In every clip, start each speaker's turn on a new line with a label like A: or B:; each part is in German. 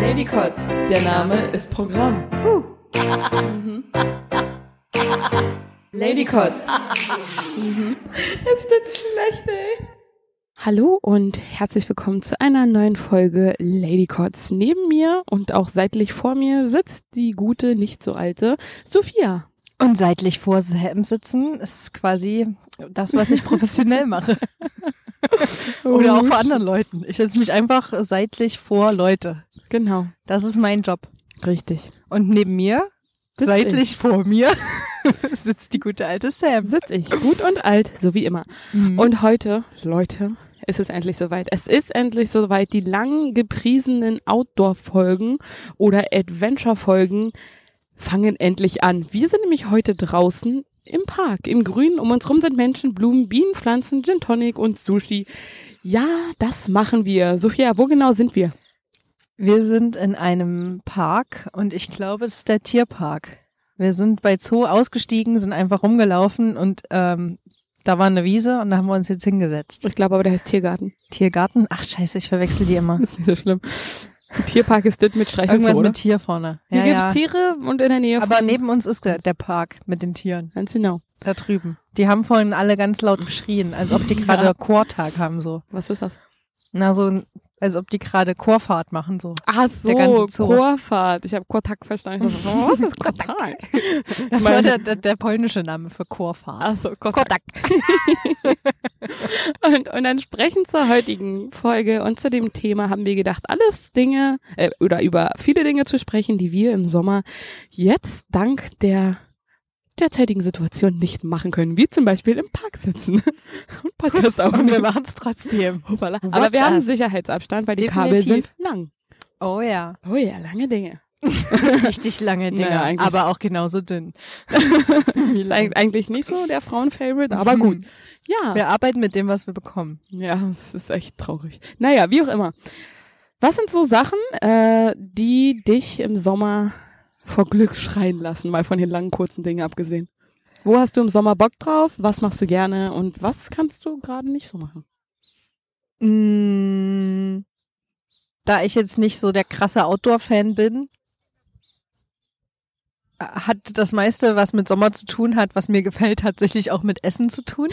A: Lady Kotz, der Name ist Programm. Lady Kotz. Es tut schlecht, ey.
B: Hallo und herzlich willkommen zu einer neuen Folge Lady Cots. Neben mir und auch seitlich vor mir sitzt die gute, nicht so alte Sophia.
C: Und seitlich vor Sam sitzen ist quasi das, was ich professionell mache. Oder
A: Uh.
C: auch vor anderen Leuten. Ich setze mich einfach seitlich vor Leute.
B: Genau,
C: Das ist mein Job.
B: richtig.
C: Und neben mir,
B: Sitz
C: seitlich vor mir, sitzt die gute alte Sam.
B: Sitz ich. Gut und alt, so wie immer.
C: Mhm.
A: Mhm.
B: Und heute, Leute, ist es endlich soweit. Es ist endlich soweit. Die lang gepriesenen Outdoor-Folgen oder Adventure-Folgen fangen endlich an. Wir sind nämlich heute draußen im Park, im Grün. Um uns rum sind Menschen, Blumen, Bienen, Pflanzen, Gin Tonic und Sushi. Ja, das machen wir. Sophia, wo genau sind wir?
C: Wir sind in einem Park und ich glaube, es ist der Tierpark. Wir sind bei Zoo ausgestiegen, sind einfach rumgelaufen und ähm, da war eine Wiese und da haben wir uns jetzt hingesetzt.
B: Ich glaube aber, der heißt Tiergarten.
C: Tiergarten? Ach scheiße, ich verwechsel die immer.
B: Ist nicht so schlimm. Tierpark ist das mit Streichholz,
C: Irgendwas
B: oder?
C: mit Tier vorne.
B: Hier
C: Ja,
B: gibt's
C: ja.
B: Tiere und in der Nähe
C: Aber
B: von...
C: neben uns ist der der Park mit den Tieren.
B: Ganz genau.
C: Da drüben. Die haben vorhin alle ganz laut geschrien, als ob die gerade
B: Ja.
C: Chortag haben so.
B: Was ist das?
C: Na so, ein- als ob die gerade Chorfahrt machen so.
B: Ach
C: Der
B: so,
C: ganze Zoo.
B: Chorfahrt. Ich habe Kotak verstanden. Ich dachte, was ist Kotak?
C: Das
B: meine-
C: war der, der, der polnische Name für Chorfahrt.
B: Ach so, Kotak. Also und, und entsprechend zur heutigen Folge und zu dem Thema haben wir gedacht, alles Dinge äh, oder über viele Dinge zu sprechen, die wir im Sommer jetzt dank der derzeitigen Situation nicht machen können, wie zum Beispiel im Park sitzen und Podcast
C: Und wir
B: aufnehmen.
C: machen es trotzdem.
B: Hoppala.
C: Watch
B: Aber wir haben
C: us.
B: Sicherheitsabstand, weil die Kabel
C: Definitiv.
B: sind lang.
C: Oh ja.
B: Oh ja, lange Dinge.
C: Richtig lange Dinger,
B: Naja, eigentlich-
C: aber auch genauso dünn.
B: Ist eig- eigentlich nicht so der Frauenfavorite, aber
C: Hm.
B: gut. Ja.
C: Wir arbeiten mit dem, was wir bekommen.
B: Ja, es ist echt traurig. Naja, wie auch immer. Was sind so Sachen, äh, die dich im Sommer vor Glück schreien lassen, mal von den langen, kurzen Dingen abgesehen? Wo hast du im Sommer Bock drauf? Was machst du gerne? Und was kannst du gerade nicht so machen?
C: Mm, Da ich jetzt nicht so der krasse Outdoor-Fan bin, äh, hat das meiste, was mit Sommer zu tun hat, was mir gefällt, tatsächlich auch mit Essen zu tun.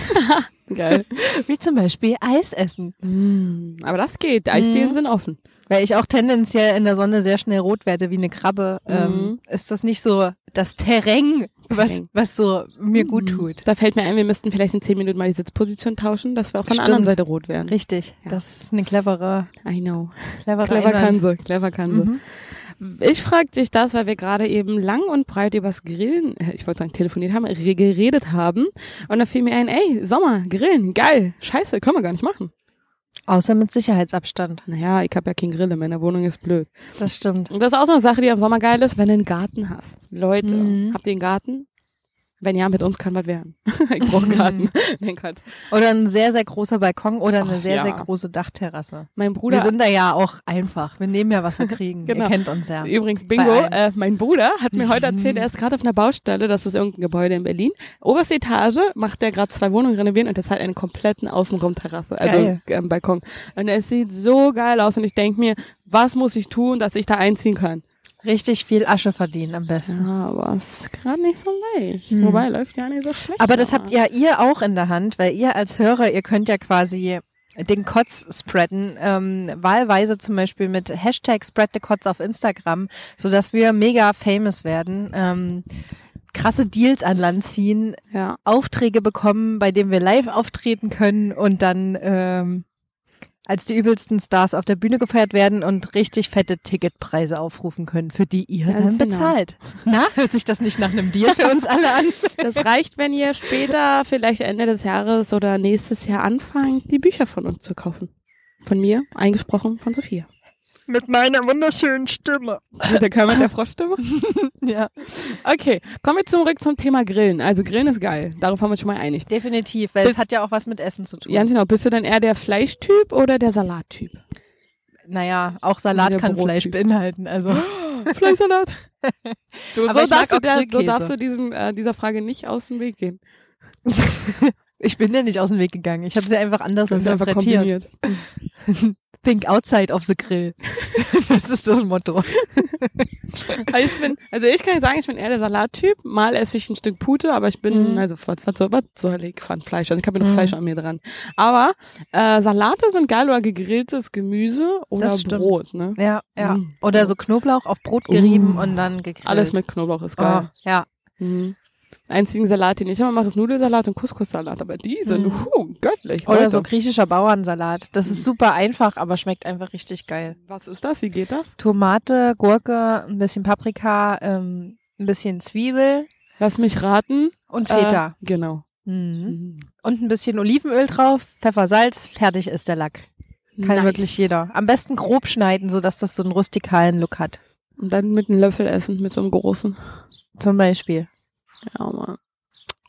B: Geil.
C: Wie zum Beispiel Eis essen.
B: mm, aber das geht. Eisdielen
C: Mhm.
B: sind offen.
C: Weil ich auch tendenziell in der Sonne sehr schnell rot werde wie eine Krabbe.
B: Mhm.
C: Ähm, ist das nicht so das Terrain, was,
B: Terrain.
C: was so mir gut
B: Mhm.
C: tut?
B: Da fällt mir ein, wir müssten vielleicht in zehn Minuten mal die Sitzposition tauschen, dass wir auch von der
C: Stimmt.
B: anderen Seite rot werden.
C: Richtig,
B: Ja.
C: das ist eine clevere,
B: I know.
C: clevere
B: Clever kann
C: Einwand.
B: sie, clever kann sie.
C: Mhm.
B: Ich frage dich das, weil wir gerade eben lang und breit übers Grillen, äh, ich wollte sagen telefoniert haben, re- geredet haben. Und da fiel mir ein, ey, Sommer, Grillen, geil, scheiße, können wir gar nicht machen.
C: Außer mit Sicherheitsabstand.
B: Naja, ich habe ja keinen Grill, in meiner Wohnung ist blöd.
C: Das stimmt.
B: Und das ist auch so eine Sache, die am Sommer geil ist, wenn du einen Garten hast. Leute,
C: Mhm.
B: habt ihr einen Garten? Wenn ja, mit uns kann was werden. ich brauche einen
C: Mhm.
B: Garten. Nein, Gott.
C: Oder ein sehr, sehr großer Balkon oder eine
B: Ach,
C: sehr,
B: ja.
C: sehr große Dachterrasse.
B: Mein
C: wir
B: Bruder,
C: sind da ja auch einfach. Wir nehmen ja, was wir kriegen.
B: Genau.
C: Ihr kennt uns ja.
B: übrigens Bingo,
C: Bei allen.
B: äh, mein Bruder hat mir heute erzählt, er ist gerade auf einer Baustelle, das ist irgendein Gebäude in Berlin. Oberste Etage macht er gerade zwei Wohnungen renovieren und das hat einen kompletten Außenraumterrasse, also
C: Geil.
B: ähm, Balkon. Und es sieht so geil aus und ich denk mir, was muss ich tun, dass ich da einziehen kann?
C: Richtig viel Asche verdienen am besten.
B: Ja, aber es ist gerade nicht so leicht.
C: Hm.
B: Wobei, läuft ja nicht so schlecht.
C: Aber das habt ja ihr auch in der Hand, weil ihr als Hörer, ihr könnt ja quasi den Kotz spreaden, ähm, wahlweise zum Beispiel mit Hashtag Spread the Kotz auf Instagram, sodass wir mega famous werden, ähm, krasse Deals an Land ziehen,
B: Ja,
C: Aufträge bekommen, bei denen wir live auftreten können und dann ähm, als die übelsten Stars auf der Bühne gefeiert werden und richtig fette Ticketpreise aufrufen können, für die ihr
B: Ganz
C: dann
B: genau.
C: bezahlt. Na, hört sich das nicht nach einem Deal für uns alle an?
B: das reicht, wenn ihr später, vielleicht Ende des Jahres oder nächstes Jahr anfangt, die Bücher von uns zu kaufen. Von mir, eingesprochen von Sophia.
C: Mit meiner wunderschönen Stimme.
B: Mit der Kamera der Froschstimme? ja. Okay, kommen wir zurück zum Thema Grillen. Also Grillen ist geil, darauf haben wir uns schon mal einig.
C: Definitiv, weil
B: Bis-
C: es hat ja auch was mit Essen zu tun.
B: Ganz genau, bist du dann eher der Fleischtyp oder der Salattyp?
C: naja, auch Salat
B: Der
C: kann Fleisch
B: Brottyp.
C: beinhalten. Also
B: Fleischsalat. Du,
C: Aber
B: so,
C: ich mag
B: darfst du
C: auch
B: der, so
C: Grillkäse.
B: darfst du diesem, äh, dieser Frage nicht aus dem Weg gehen.
C: Ich bin ja nicht aus dem Weg gegangen. Ich habe sie einfach anders
B: Das ist einfach
C: interpretiert.
B: kombiniert.
C: Think outside of the grill. Das ist das Motto.
B: Also ich bin, also ich kann sagen, ich bin eher der Salattyp. Mal esse ich ein Stück Pute, aber ich bin,
C: Mhm.
B: also was, was, soll- was soll ich von Fleisch? Also ich habe ja noch
C: Mhm.
B: Fleisch an mir dran. Aber äh, Salate sind geil oder gegrilltes Gemüse oder
C: Das stimmt.
B: Brot, ne?
C: Ja, ja.
B: Mm.
C: Oder so Knoblauch auf Brot gerieben
B: Uh.
C: und dann gegrillt.
B: Alles mit Knoblauch ist
C: oh,
B: geil.
C: Ja,
B: Mhm. Einzigen Salat, den ich immer mache, ist Nudelsalat und Couscous-Salat. Aber die sind,
C: Mhm.
B: huh, göttlich.
C: Oder
B: Leute.
C: so griechischer Bauernsalat. Das
B: Mm.
C: ist super einfach, aber schmeckt einfach richtig geil.
B: Was ist das? Wie geht das?
C: Tomate, Gurke, ein bisschen Paprika, ähm, ein bisschen Zwiebel
B: Lass mich raten.
C: und Feta.
B: Äh, genau.
C: Mhm.
B: Mhm.
C: Und ein bisschen Olivenöl drauf, Pfeffer, Salz, fertig ist der Lack.
B: Mhm.
C: Kann
B: Nice.
C: wirklich jeder. Am besten grob schneiden, sodass das so einen rustikalen Look hat.
B: Und dann mit einem Löffel essen, mit so einem großen.
C: Zum Beispiel.
B: Ja, Mann.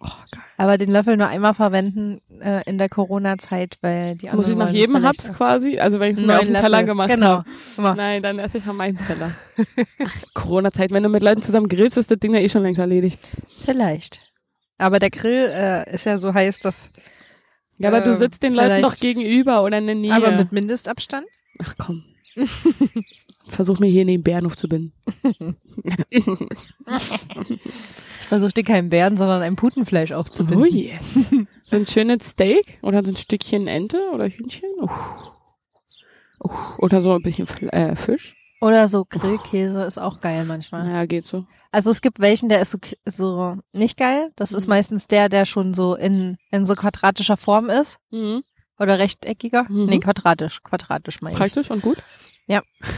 B: Oh, geil.
C: Aber den Löffel nur einmal verwenden äh, in der Corona-Zeit, weil die anderen
B: Muss ich nach
C: wollen
B: jedem
C: vielleicht
B: Haps
C: auch
B: quasi, also wenn ich es mir auf
C: neuen
B: den Teller
C: Löffel.
B: gemacht
C: genau.
B: habe.
C: Immer.
B: Nein, dann esse ich auf meinen Teller. Corona-Zeit, wenn du mit Leuten zusammen grillst, ist das Ding ja eh schon längst erledigt.
C: Vielleicht. Aber der Grill äh, ist ja so heiß, dass.
B: Ja, aber du
C: Ähm,
B: sitzt den Leuten
C: vielleicht.
B: doch gegenüber oder in der Nähe.
C: Aber mit Mindestabstand?
B: Ach komm. Versuch mir hier neben Bärenhof zu binden.
C: Ich versuchte keinen Bären, sondern ein Putenfleisch aufzubinden.
B: Oh yes. So ein schönes Steak oder so ein Stückchen Ente oder Hühnchen. Uff. Uff. Oder so ein bisschen Fl- äh, Fisch.
C: Oder so Grillkäse ist auch geil manchmal.
B: Naja, geht so.
C: Also es gibt welchen, der ist so, k- so nicht geil. Das ist meistens der, der schon so in, in so quadratischer Form ist.
B: Mhm.
C: Oder rechteckiger.
B: Mhm.
C: Nee, quadratisch. Quadratisch meine ich.
B: Praktisch und gut.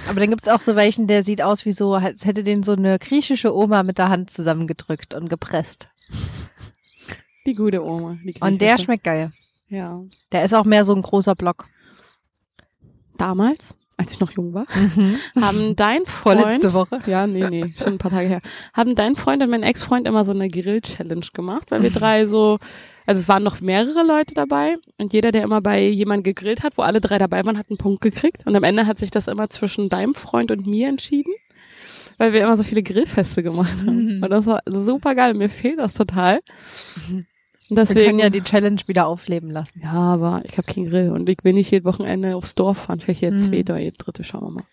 C: Aber dann gibt's auch so welchen, der sieht aus wie so, als hätte den so eine griechische Oma mit der Hand zusammengedrückt und gepresst.
B: Die gute Oma. Die
C: Und der
B: Griechische.
C: schmeckt geil.
B: Ja.
C: Der ist auch mehr so ein großer Block.
B: Damals, als ich noch jung war, haben dein Freund.
C: Vorletzte Woche.
B: Ja, nee, nee, schon ein paar Tage her. Haben dein Freund und mein Ex-Freund immer so eine Grill-Challenge gemacht, weil wir drei so, also es waren noch mehrere Leute dabei und jeder, der immer bei jemandem gegrillt hat, wo alle drei dabei waren, hat einen Punkt gekriegt. Und am Ende hat sich das immer zwischen deinem Freund und mir entschieden, weil wir immer so viele Grillfeste gemacht haben.
C: Mhm.
B: Und das war super geil. Mir fehlt das total. Und
C: Wir
B: deswegen.
C: können ja die Challenge wieder aufleben lassen.
B: ja, aber ich habe keinen Grill und ich will nicht jedes Wochenende aufs Dorf fahren. Vielleicht jetzt
C: Mhm.
B: zweite oder jede dritte, schauen wir mal.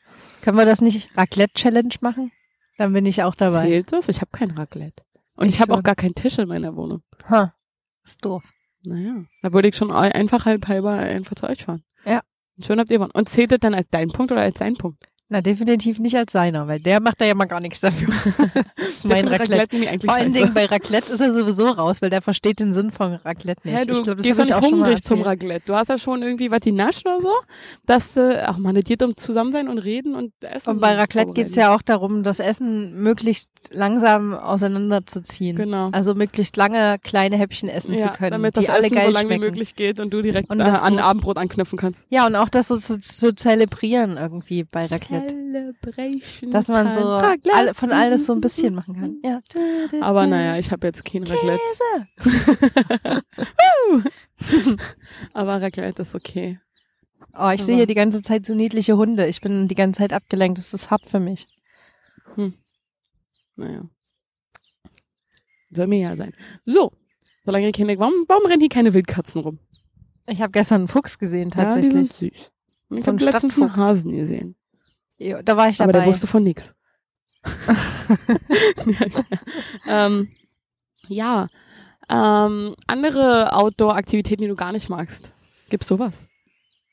C: Können wir das nicht Raclette-Challenge machen? Dann bin ich auch dabei.
B: Zählt das? Ich habe kein Raclette. Und ich,
C: Ich
B: habe auch
C: schon.
B: gar keinen Tisch in meiner Wohnung.
C: Ha, ist doof.
B: Naja, da würde ich schon eu- einfach halb halber einfach zu euch fahren.
C: Ja.
B: Und Schön habt ihr gewonnen. Und zählt das dann als dein Punkt oder als sein Punkt?
C: Na, definitiv nicht als seiner, weil der macht da ja mal gar nichts dafür. das ist mein
B: Ich find
C: Raclette.
B: nämlich eigentlich
C: Vor allen
B: scheiße.
C: Dingen bei Raclette ist er sowieso raus, weil der versteht den Sinn von Raclette nicht.
B: Hä, du
C: ich glaube, das
B: gehst
C: hab
B: doch
C: ich
B: nicht
C: auch schon mal
B: hungrig zum
C: erzählt.
B: Raclette. Du hast ja schon irgendwie was genascht oder so, dass du, ach man, das geht um Zusammensein und Reden und Essen.
C: Und bei
B: Oh,
C: Raclette geht's ja auch darum, das Essen möglichst langsam auseinanderzuziehen.
B: Genau.
C: Also möglichst lange kleine Häppchen essen
B: ja,
C: zu können,
B: damit das
C: die alle
B: Essen
C: geil
B: so lange
C: schmecken.
B: wie möglich geht und du direkt
C: Und
B: äh,
C: das so-
B: an Abendbrot anknüpfen kannst.
C: Ja, und auch das so zu, zu zelebrieren irgendwie bei Raclette.
B: Celebration
C: Dass man so
B: time. Raclette. Mhm.
C: alle, von alles so ein bisschen machen kann. Ja.
B: Aber naja, ich habe jetzt kein Raclette. Woo! Aber Raclette ist okay.
C: Oh, ich sehe
B: Aber-
C: hier die ganze Zeit so niedliche Hunde. Ich bin die ganze Zeit abgelenkt. Das ist hart für mich.
B: Naja. Soll mir ja sein. So, solange ihr keine, warum, warum rennen hier keine Wildkatzen rum?
C: Ich habe gestern einen Fuchs gesehen
B: Ja, die
C: tatsächlich.
B: sind süß. Und Ich
C: So ein
B: habe letztens einen
C: Stadtfuchs.
B: Hasen gesehen.
C: Ja, da war ich
B: Aber
C: dabei.
B: der wusste von nix. ja, ähm, ja. Ähm, andere Outdoor-Aktivitäten, die du gar nicht magst. Gibt's sowas?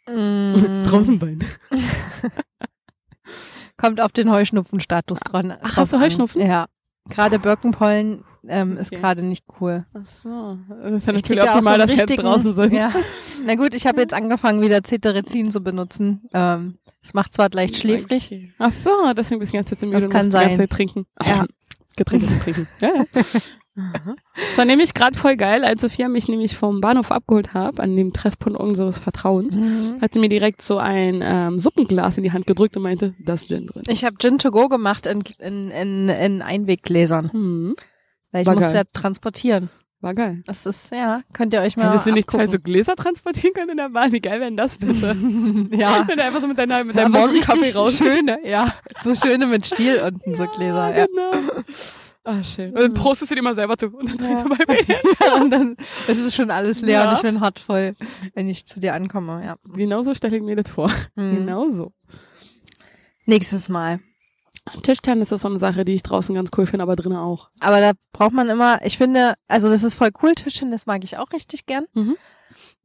C: Mm.
B: Draußenbein.
C: Kommt auf den Heuschnupfenstatus dran.
B: Ach,
C: drauf
B: hast du
C: an.
B: Heuschnupfen?
C: Ja. Gerade Birkenpollen ähm, ist
B: Okay.
C: gerade nicht cool.
B: Ach so. Das ist ja
C: Ich krieg
B: natürlich
C: da auch so
B: optimal,
C: einen
B: dass wir jetzt
C: richtigen-
B: draußen sind.
C: Ja. Na gut, ich habe jetzt angefangen, wieder Cetirizin zu benutzen. Ähm, es macht zwar leicht schläfrig.
B: Okay. Ach so, deswegen bist du die ganze Zeit so müde
C: Das
B: und
C: kann
B: musst die ganze
C: sein.
B: Zeit trinken.
C: Ja.
B: Getränke zu trinken. Ja, ja. Das war nämlich gerade voll geil, als Sophia mich nämlich vom Bahnhof abgeholt hat, an dem Treffpunkt unseres Vertrauens, hat sie mir direkt so ein ähm, Suppenglas in die Hand gedrückt und meinte, das ist Gin drin.
C: Ich habe Gin to go gemacht in, in, in, in Einweggläsern,
B: Hm,
C: weil ich
B: War
C: muss
B: geil.
C: ja transportieren.
B: war geil.
C: Das ist, ja, könnt ihr euch mal
B: Hättest du nicht zwei
C: abgucken.
B: so Gläser transportieren können in der Bahn? Wie geil wäre denn das bitte?
C: ja.
B: Wenn du einfach so mit, deiner, mit deinem
C: Aber so
B: Morgenkaffee
C: richtig
B: raus.
C: Schöne, ja. So schöne mit Stiel unten, so Gläser. Ja.
B: genau. Ah, schön. Und dann prostest du dir mal selber zu. Und dann trinkst du bei mir.
C: und dann ist es schon alles leer
B: Ja.
C: und ich bin hotvoll, wenn ich zu dir ankomme. Ja.
B: Genauso stelle ich mir das vor.
C: Mhm.
B: Genauso.
C: Nächstes Mal.
B: Tischtennis ist so eine Sache, die ich draußen ganz cool finde, aber drinnen auch.
C: Aber da braucht man immer, ich finde, also das ist voll cool, Tischtennis mag ich auch richtig gern.
B: Mhm.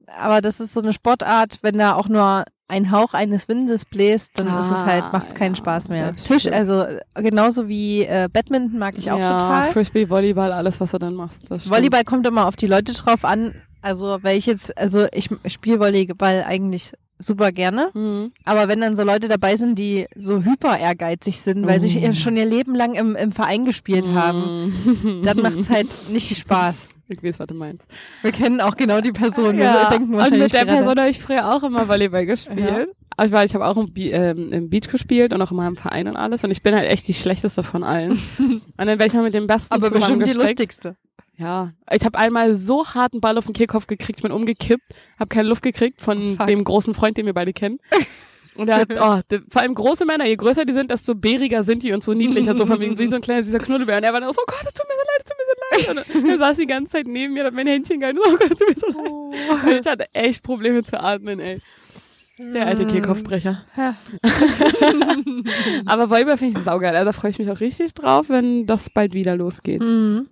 C: Aber das ist so eine Sportart, wenn da auch nur ein Hauch eines Windes bläst, dann ist es
B: Ah,
C: halt, macht es keinen
B: ja,
C: Spaß mehr.
B: das
C: Tisch,
B: stimmt.
C: also äh, genauso wie äh, Badminton mag ich auch
B: ja,
C: total.
B: Frisbee, Volleyball, alles, was du dann machst. Das stimmt.
C: Volleyball kommt immer auf die Leute drauf an. Also weil ich jetzt, also ich spiele Volleyball eigentlich super gerne.
B: Mhm.
C: Aber wenn dann so Leute dabei sind, die so hyper ehrgeizig sind, weil sie
B: Mm.
C: sich ihr schon ihr Leben lang im, im Verein gespielt haben,
B: Mhm.
C: dann macht's halt nicht Spaß.
B: Ich weiß, was du meinst.
C: Wir kennen auch genau die Person. Wir
B: und
C: denken wahrscheinlich
B: mit der
C: gerade-
B: Person habe ich früher auch immer Volleyball
C: Ja.
B: gespielt. Aber Ich, war, ich habe auch im, Bi ähm, im Beach gespielt und auch immer im Verein und alles. Und ich bin halt echt die schlechteste von allen. und dann werde ich mal mit dem Besten
C: Aber bestimmt die
B: zusammengesteckt.
C: lustigste.
B: Ja, ich habe einmal so harten Ball auf den Kehlkopf gekriegt, bin umgekippt, habe keine Luft gekriegt von
C: Oh, fuck.
B: dem großen Freund, den wir beide kennen. Und der hat, oh, de, vor allem große Männer, je größer die sind, desto bäriger sind die und so niedlicher, so von wegen wie so ein kleiner süßer Knuddelbär. Und er war dann auch so, oh Gott, es tut mir so leid, es tut mir so leid. Und er saß die ganze Zeit neben mir, hat mein Händchen gehalten, so, oh Gott, es tut mir so leid.
C: Oh.
B: Und ich hatte echt Probleme zu atmen, ey. Der alte Kehlkopfbrecher.
C: Mm. Ja.
B: Aber Volleyball finde ich saugeil. Also da freue ich mich auch richtig drauf, wenn das bald wieder losgeht.
C: Mhm.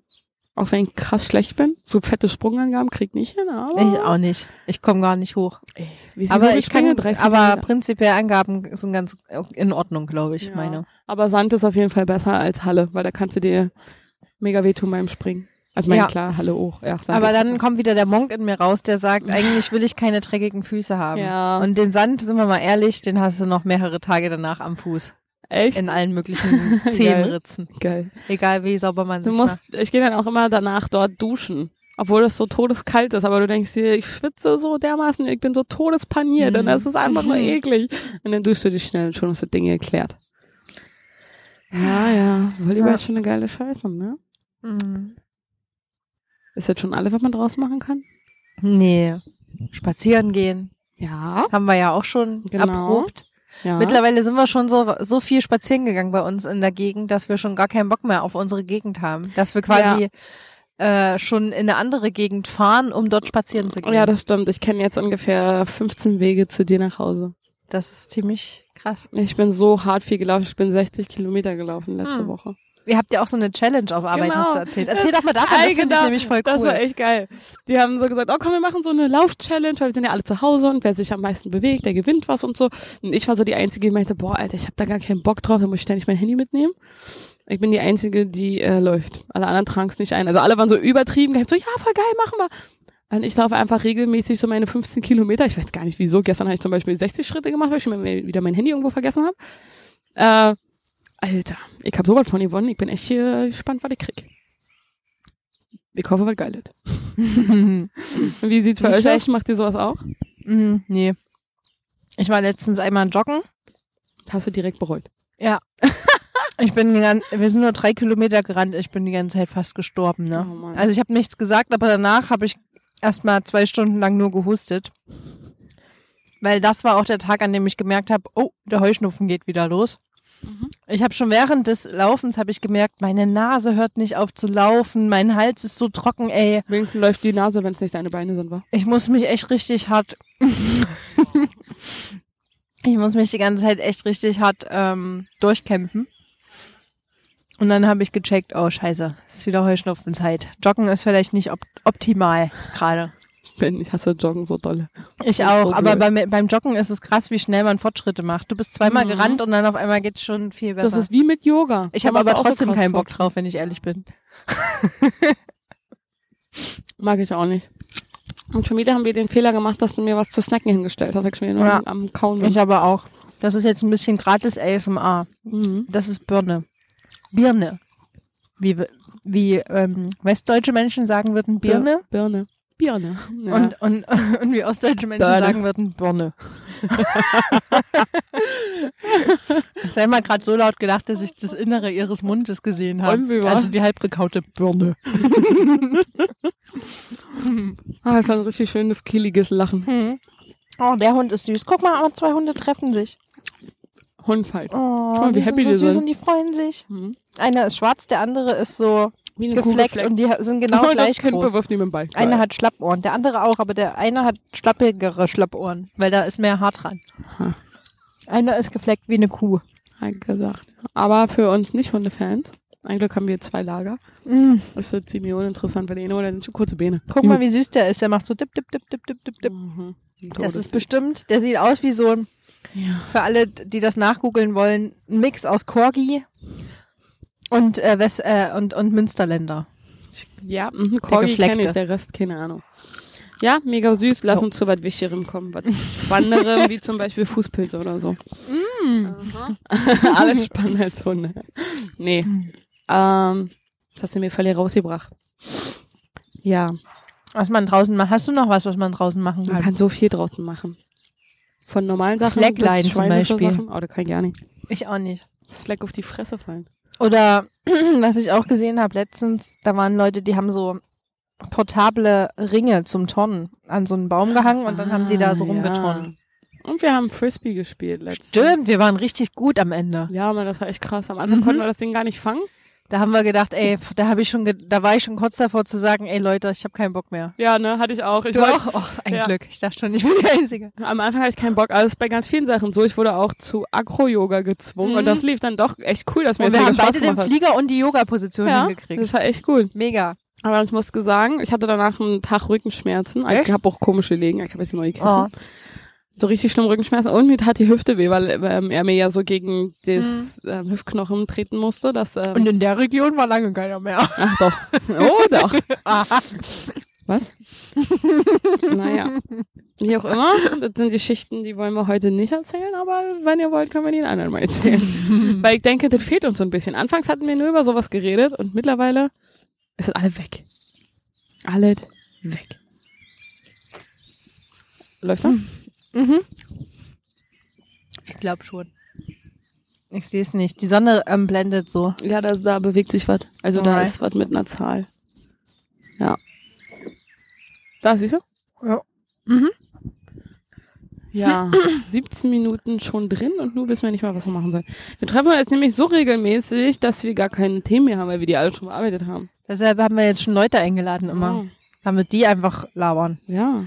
B: Auch wenn ich krass schlecht bin. So fette Sprungangaben krieg ich nicht hin, aber.
C: Ich auch nicht. Ich komme gar nicht hoch.
B: Ey, wie Oh. sind
C: Aber
B: diese
C: ich kann,
B: Sprünge? 30
C: aber
B: Meter.
C: prinzipiell Angaben sind ganz in Ordnung, glaube ich,
B: Ja.
C: meine.
B: aber Sand ist auf jeden Fall besser als Halle, weil da kannst du dir mega wehtun beim Springen. Also mein
C: Ja.
B: klar, Halle auch. Ja, Sand
C: Aber
B: ist
C: dann
B: besser.
C: kommt wieder der Monk in mir raus, der sagt, eigentlich will ich keine dreckigen Füße haben.
B: Ja.
C: Und den Sand, sind wir mal ehrlich, den hast du noch mehrere Tage danach am Fuß.
B: echt
C: In allen möglichen Zehenritzen.
B: geil.
C: Egal wie sauber man
B: Du
C: sich
B: musst,
C: macht.
B: ich gehe dann auch immer danach dort duschen, obwohl es so todeskalt ist. Aber du denkst dir, ich schwitze so dermaßen, ich bin so todespaniert
C: Mhm.
B: und das ist einfach nur
C: Mhm.
B: eklig. Und dann duschst du dich schnell und schon hast du Dinge geklärt. Ja, ja, Volleyball
C: Ja.
B: ist schon eine geile Scheiße, ne?
C: Mhm.
B: Ist jetzt schon alle, was man draus machen kann?
C: Nee. Spazieren gehen.
B: Ja.
C: Haben wir ja auch schon
B: Genau.
C: erprobt.
B: ja.
C: Mittlerweile sind wir schon so, so viel spazieren gegangen bei uns in der Gegend, dass wir schon gar keinen Bock mehr auf unsere Gegend haben. Dass wir quasi äh, schon in eine andere Gegend fahren, um dort spazieren zu gehen.
B: Oh Ja, das stimmt. Ich kenne jetzt ungefähr 15 Wege zu dir nach Hause.
C: das ist ziemlich krass.
B: Ich bin so hart viel gelaufen. Ich bin 60 Kilometer gelaufen letzte
C: Hm.
B: Woche.
C: Ihr habt ja auch so eine Challenge auf Arbeit,
B: Genau.
C: hast du erzählt. Erzähl doch mal davon, das finde ich
B: Eigendarm.
C: nämlich voll
B: Das war
C: cool.
B: echt geil. Die haben so gesagt, oh komm, wir machen so eine Lauf-Challenge, weil wir sind ja alle zu Hause und wer sich am meisten bewegt, der gewinnt was und so. Und ich war so die Einzige, die meinte, boah, Alter, ich habe da gar keinen Bock drauf, da muss ich ständig mein Handy mitnehmen. Ich bin die Einzige, die äh, läuft. Alle anderen tragen es nicht ein. Also alle waren so übertrieben, gehypt, so, ja, voll geil, machen wir. Und ich laufe einfach regelmäßig so meine 15 Kilometer. Ich weiß gar nicht wieso. Gestern habe ich zum Beispiel 60 Schritte gemacht, weil ich mir wieder mein Handy irgendwo vergessen habe. Äh, Alter, ich habe sowas von gewonnen. Ich bin echt äh, gespannt, was ich krieg. Ich hoffe, was geil ist. Und Wie sieht's bei
C: Nicht
B: euch aus?
C: schlecht.
B: Macht ihr sowas auch?
C: Mhm, nee. Ich war letztens einmal joggen.
B: Hast du direkt bereut.
C: Ich bin, die gan- wir sind nur drei Kilometer gerannt. Ich bin die ganze Zeit fast gestorben. Ne?
B: Oh Mann.
C: also ich habe nichts gesagt, aber danach habe ich erstmal zwei Stunden lang nur gehustet. Weil das war auch der Tag, an dem ich gemerkt habe, oh, der Heuschnupfen geht wieder los.
B: Mhm.
C: Ich habe schon während des Laufens habe ich gemerkt, meine Nase hört nicht auf zu laufen, mein Hals ist so trocken, ey.
B: Wenigstens läuft die Nase, wenn es nicht deine Beine sind, wa?
C: Ich muss mich echt richtig hart. ich muss mich die ganze Zeit echt richtig hart ähm, durchkämpfen. Und dann habe ich gecheckt, oh scheiße, es ist wieder Heuschnupfenzeit. Joggen ist vielleicht nicht op optimal gerade.
B: Ich bin, ich hasse Joggen so dolle.
C: Ich
B: ist
C: auch,
B: so
C: aber
B: blöd.
C: beim, beim Joggen ist es krass, wie schnell man Fortschritte macht. Du bist zweimal
B: Mhm.
C: gerannt und dann auf einmal geht's schon viel besser.
B: Das ist wie mit Yoga.
C: ich
B: Da
C: habe
B: machst
C: aber
B: du auch so
C: trotzdem
B: krass
C: keinen Bock
B: Fortschritte.
C: drauf, wenn ich ehrlich bin.
B: Mag ich auch nicht. Und schon wieder haben wir den Fehler gemacht, dass du mir was zu snacken hingestellt hast. Ich schon wieder nur
C: Ja.
B: am- am Kauen bin.
C: Ich aber auch. Mhm. Das ist jetzt ein bisschen gratis ASMR.
B: Mhm.
C: Das ist Birne. Birne. Wie, wie ähm, westdeutsche Menschen sagen würden Birne
B: Birne. Birne. Ja.
C: und, und, und wie ostdeutsche Menschen
B: Birne.
C: sagen würden Birne. ich habe mal gerade so laut gelacht, dass ich das Innere ihres Mundes gesehen
B: Und wie
C: habe.
B: war?
C: Also die halbgekaute Birne.
B: ah, das war ein richtig schönes, kehliges Lachen.
C: Oh, der Hund ist süß. Guck mal, zwei Hunde treffen sich.
B: Hundfall.
C: Oh,
B: Guck mal, wie die sind happy so die süß sind. und
C: die freuen sich.
B: Mhm.
C: Einer ist schwarz, der andere ist so
B: Wie eine Kugel
C: gefleckt
B: fleckt.
C: und die ha- sind genau
B: und
C: gleich
B: das Kind
C: groß.
B: bewirft ihn mit dem Ball.
C: Einer hat Schlappohren, der andere auch, aber der eine hat schlappigere Schlappohren, weil da ist mehr Haar dran.
B: Hm.
C: Einer ist gefleckt wie eine Kuh.
B: Hat gesagt. Aber für uns Nicht-Hundefans, ein Glück haben wir zwei Lager.
C: Mm,
B: Das ist ziemlich uninteressant, weil die eine oder sind schon kurze Beine.
C: guck mal, wie süß der ist. Der macht so dip, dip, dip, dip, dip, dip, dip.
B: Mhm.
C: Das ist bestimmt, der sieht aus wie so ein,
B: ja.
C: für alle, die das nachgoogeln wollen, ein Mix aus Corgi und, äh, West, äh, und, und Münsterländer.
B: Ja, mhm, Corgi kenne ich,
C: gefleckte.
B: der Rest keine Ahnung. Ja, mega süß. Lass
C: Jo.
B: uns zu was Wichtigerem kommen. Was Spannenderem, wie zum Beispiel Fußpilze oder so.
C: Mm.
B: Aha. Alles spannend als Hunde. Nee.
C: Mm.
B: Ähm, das hast du mir völlig rausgebracht. Ja,
C: Was man draußen macht. Hast du noch was, was man draußen machen
B: man
C: kann?
B: kann so viel draußen machen. Von normalen Sachen
C: Slackline
B: bis
C: zum
B: schweinische
C: Beispiel.
B: Sachen. Oh, da kann ich gar nicht.
C: Ich auch nicht.
B: Slack auf die Fresse fallen.
C: Oder was ich auch gesehen habe letztens, da waren Leute, die haben so portable Ringe zum Tonnen an so einen Baum gehangen und dann haben die da so
B: Ah,
C: rumgetronnen.
B: Ja. Und wir haben Frisbee gespielt letztens.
C: Stimmt, wir waren richtig gut am Ende.
B: Ja, man, das war echt krass. Am Anfang
C: Mhm.
B: konnten wir das Ding gar nicht fangen.
C: Da haben wir gedacht, ey, pf, da habe ich schon, ge- da war ich schon kurz davor zu sagen, ey Leute, ich habe keinen Bock mehr.
B: Ja, ne, hatte ich auch. Ich
C: Du
B: wollte-
C: auch? Och, ein
B: Ja.
C: Glück. Ich dachte schon, ich bin die Einzige.
B: Am Anfang hatte ich keinen Bock, aber es ist bei ganz vielen Sachen so. Ich wurde auch zu Agro-Yoga gezwungen
C: Mhm.
B: und das lief dann doch echt cool, dass mir
C: Und
B: das
C: wir
B: mega
C: haben
B: Spaß
C: beide den
B: gemacht hat.
C: Flieger und die Yoga-Position
B: Ja,
C: hingekriegt.
B: das war echt cool.
C: Mega.
B: Aber ich muss sagen, ich hatte danach einen Tag Rückenschmerzen. Ich
C: Echt?
B: habe auch komische Legen. Ich habe jetzt neue Kissen.
C: Oh.
B: So richtig schlimm Rückenschmerzen. Und mir tat die Hüfte weh, weil ähm, er mir ja so gegen das ähm, Hüftknochen treten musste. Dass, ähm,
C: Und in der Region war lange keiner mehr.
B: Ach doch. Oh doch. Was? naja. Wie auch immer, das sind Geschichten, die wollen wir heute nicht erzählen, aber wenn ihr wollt, können wir die in anderen mal erzählen. Weil ich denke, das fehlt uns so ein bisschen. Anfangs hatten wir nur über sowas geredet und mittlerweile ist das alles weg. Alles weg. Läuft er?
C: Mhm. Ich glaube schon. Ich sehe es nicht. Die Sonne ähm, blendet so.
B: Ja, da, da bewegt sich was. Also da
C: Alright.
B: ist was mit einer Zahl. Ja. Da siehst du?
C: Ja. Mhm.
B: Ja, 17 Minuten schon drin und nun wissen wir nicht mal, was wir machen sollen. Wir treffen uns jetzt nämlich so regelmäßig, dass wir gar keine Themen mehr haben, weil wir die alle schon bearbeitet haben. Oh,
C: Deshalb haben wir jetzt schon Leute eingeladen immer, damit die einfach labern.
B: Ja.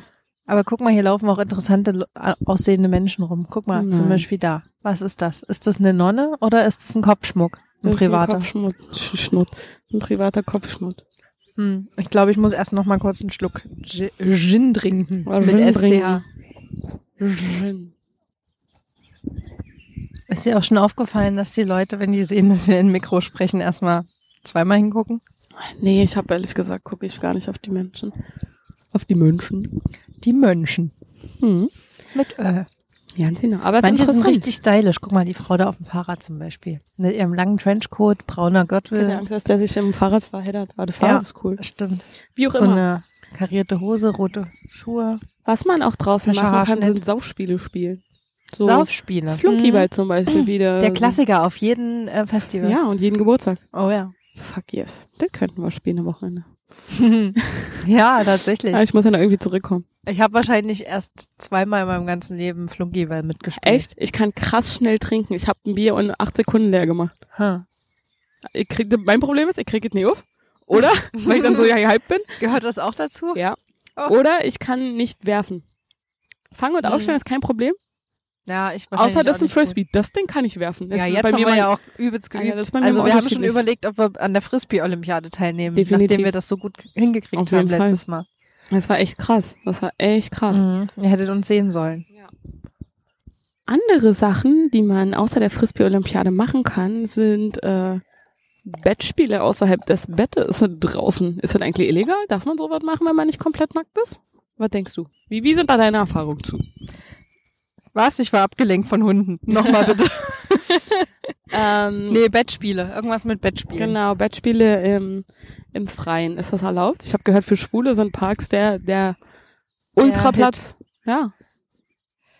C: Aber guck mal, hier laufen auch interessante lo- a- aussehende Menschen rum. Guck mal,
B: Nein.
C: zum Beispiel da. Was ist das? Ist das eine Nonne oder ist das ein Kopfschmuck? Ein
B: Das ist
C: privater.
B: Kopfschmuck, Sch- Schnut. Ein privater Kopfschmuck.
C: Hm. Ich glaube, ich muss erst noch mal kurz einen Schluck G- Gin trinken.
B: Oder
C: mit
B: Gin
C: SCH.
B: trinken. Gin.
C: Ist dir auch schon aufgefallen, dass die Leute, wenn die sehen, dass wir in Mikro sprechen, erstmal zweimal hingucken?
B: Nee, ich habe ehrlich gesagt, gucke ich gar nicht auf die Menschen. Auf die Menschen.
C: Die Mönchen.
B: Hm.
C: Mit Ö.
B: Ganz genau. Aber es ist
C: Manche sind
B: interessant.
C: richtig stylisch. Guck mal, die Frau da auf dem Fahrrad zum Beispiel. Mit ihrem langen Trenchcoat, brauner
B: Ich hatte
C: Gürtel. Genau.
B: Angst, Genau, dass der sich im Fahrrad verheddert. Aber das Fahrrad
C: Ja.
B: ist cool.
C: Stimmt.
B: Wie auch
C: So
B: immer.
C: eine karierte Hose, rote Schuhe.
B: Was man auch draußen
C: Frischer
B: machen kann,
C: Haarschnitt.
B: sind Saufspiele spielen. So
C: Saufspiele.
B: Flunkyball zum Beispiel wieder.
C: Mhm. Der Klassiker auf jeden äh, Festival.
B: Ja, und jeden Geburtstag.
C: Oh ja.
B: Fuck yes. Den könnten wir spielen am Wochenende.
C: ja, tatsächlich.
B: Ah, ich muss ja noch irgendwie zurückkommen.
C: Ich habe wahrscheinlich erst zweimal in meinem ganzen Leben Flunkyball mitgespielt.
B: Echt? Ich kann krass schnell trinken. Ich habe ein Bier in acht Sekunden leer gemacht.
C: Hm.
B: Ich krieg, mein Problem ist, ich kriege es nie auf. Oder? Weil ich dann so ja gehypt bin.
C: Gehört das auch dazu?
B: Ja. Oder ich kann nicht werfen. Fangen und
C: Mhm.
B: aufstellen ist kein Problem.
C: Ja, ich wahrscheinlich
B: Außer das
C: auch
B: ist ein
C: nicht gut.
B: Frisbee. Das Ding kann ich werfen. Das
C: Ja,
B: ist
C: jetzt
B: bei
C: haben
B: mir
C: wir
B: mein-
C: ja auch übelst
B: Ah ja,
C: geübt.
B: das ist bei mir
C: also
B: mal
C: wir haben schon
B: unterschiedlich.
C: überlegt, ob wir an der Frisbee-Olympiade teilnehmen,
B: Definitiv.
C: nachdem wir das so gut hingekriegt
B: Auf
C: haben
B: jeden Fall.
C: letztes Mal.
B: Das war echt krass. Das war echt krass.
C: Mhm. Ihr hättet uns sehen sollen.
B: Andere Sachen, die man außer der Frisbee-Olympiade machen kann, sind äh, Bettspiele außerhalb des Bettes draußen. Ist das eigentlich illegal? Darf man sowas machen, wenn man nicht komplett nackt ist? Was denkst du? Wie, wie sind da deine Erfahrungen zu?
C: Was? Ich war abgelenkt von Hunden. Nochmal bitte.
B: Ähm,
C: nee, Bettspiele. Irgendwas mit Bettspielen.
B: Genau, Bettspiele im, im Freien. Ist das erlaubt? Ich habe gehört, für Schwule sind Parks der, der Ultraplatz. Ja.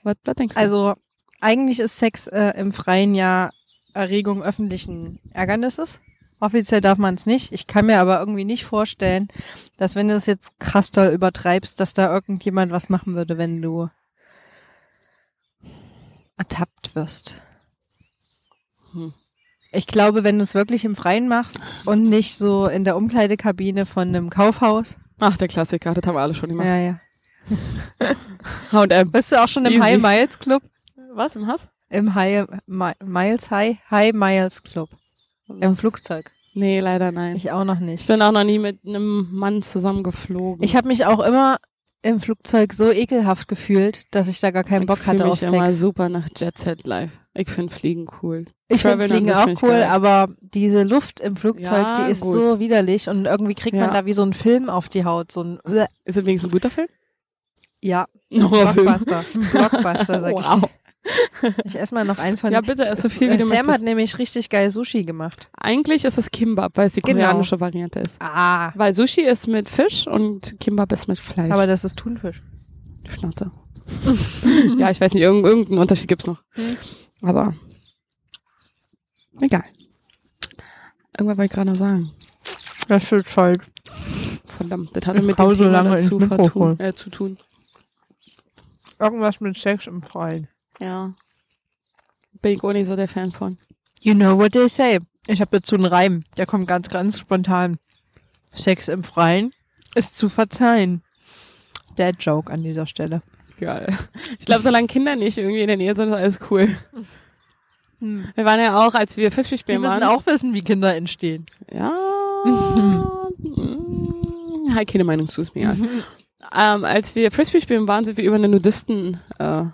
B: Was, was denkst du?
C: Also eigentlich ist Sex äh, im freien Jahr Erregung öffentlichen Ärgernisses. Offiziell darf man es nicht. Ich kann mir aber irgendwie nicht vorstellen, dass wenn du es jetzt krass doll übertreibst, dass da irgendjemand was machen würde, wenn du ertappt wirst.
B: Hm.
C: Ich glaube, wenn du es wirklich im Freien machst und nicht so in der Umkleidekabine von einem Kaufhaus.
B: Ach, der Klassiker, das haben wir alle schon gemacht.
C: Ja, ja.
B: H&M.
C: Bist du auch schon im
B: Easy.
C: High Miles Club?
B: Was, im Hass?
C: Im High Mi Miles High High Miles Club. Im Flugzeug.
B: Nee, leider nein.
C: Ich auch noch nicht.
B: Ich bin auch noch nie mit einem Mann zusammengeflogen.
C: Ich habe mich auch immer im Flugzeug so ekelhaft gefühlt, dass ich da gar keinen Bock
B: ich fühl
C: hatte
B: mich
C: auf
B: immer
C: Sex.
B: super nach Jet Set Life. Ich finde Fliegen cool.
C: Ich finde
B: Traveln an
C: Fliegen
B: sich
C: auch
B: find ich
C: cool,
B: geil.
C: aber diese Luft im Flugzeug,
B: Ja,
C: die ist
B: gut.
C: so widerlich und irgendwie kriegt
B: Ja.
C: man da wie so einen Film auf die Haut, so ein äh,
B: Ist es wenigstens ein guter Film?
C: ja, ein
B: Nochmal Film.
C: Blockbuster, ein Blockbuster sag ich.
B: Wow.
C: Ich esse mal noch eins von
B: Ja, bitte, ess so
C: Es-
B: viel, wie
C: äh,
B: du
C: Sam hat
B: möchtest.
C: nämlich richtig geil Sushi gemacht.
B: Eigentlich ist es Kimbab, weil es die
C: Genau.
B: koreanische Variante ist.
C: Ah,
B: Weil Sushi ist mit Fisch und Kimbab ist mit Fleisch.
C: aber das ist Thunfisch.
B: Schnauze. ja, ich weiß nicht, irgend- irgendeinen Unterschied gibt's noch.
C: Hm.
B: Aber egal. Irgendwas wollte ich gerade noch sagen.
C: Das ist halt
B: Verdammt, das hatte
C: Ich
B: mit
C: hau
B: dem
C: so
B: Thema
C: lange
B: dazu
C: ins Mikrofon.
B: vertun, äh, zu tun.
C: irgendwas mit Sex im Freien.
B: Ja. Bin ich auch nicht so der Fan von.
C: You know what they say. Ich habe dazu einen Reim, der kommt ganz, ganz spontan. Sex im Freien ist zu verzeihen. Der Joke an dieser Stelle.
B: Geil. Ich glaube, solange Kinder nicht irgendwie in der Nähe sind, ist alles cool.
C: Hm.
B: Wir waren ja auch, als wir Frisbee
C: Die
B: spielen
C: müssen
B: waren.
C: auch wissen, wie Kinder entstehen.
B: Ja.
C: Mhm.
B: Hi, keine Meinung zu, ist mir egal. Ähm, als wir Frisbee spielen waren, sind wir über einen Nudisten äh,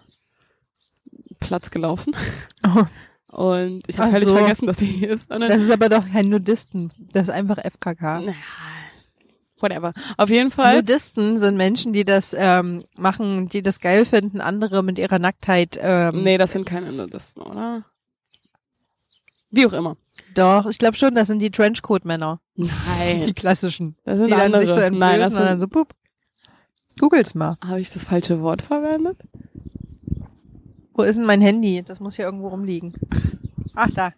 B: Platz gelaufen.
C: Oh.
B: Und ich habe
C: Ach
B: völlig
C: so.
B: vergessen, dass er hier ist. Oh, Und dann,
C: Das ist aber doch kein Nudisten. Das ist einfach FKK.
B: Naja, whatever. Auf jeden Fall.
C: Nudisten sind Menschen, die das ähm, machen, die das geil finden, andere mit ihrer Nacktheit. Ähm,
B: Nee, das sind keine Nudisten, oder? Wie auch immer.
C: Doch, ich glaube schon, das sind die Trenchcoat-Männer. Die
B: Nein.
C: klassischen.
B: Das
C: Die
B: sind
C: dann
B: andere.
C: sich so entblößen
B: Nein, das
C: und
B: sind,
C: dann so, pup. Googles mal.
B: habe ich das falsche Wort verwendet?
C: Wo ist denn mein Handy? Das muss hier irgendwo rumliegen. Ach, da.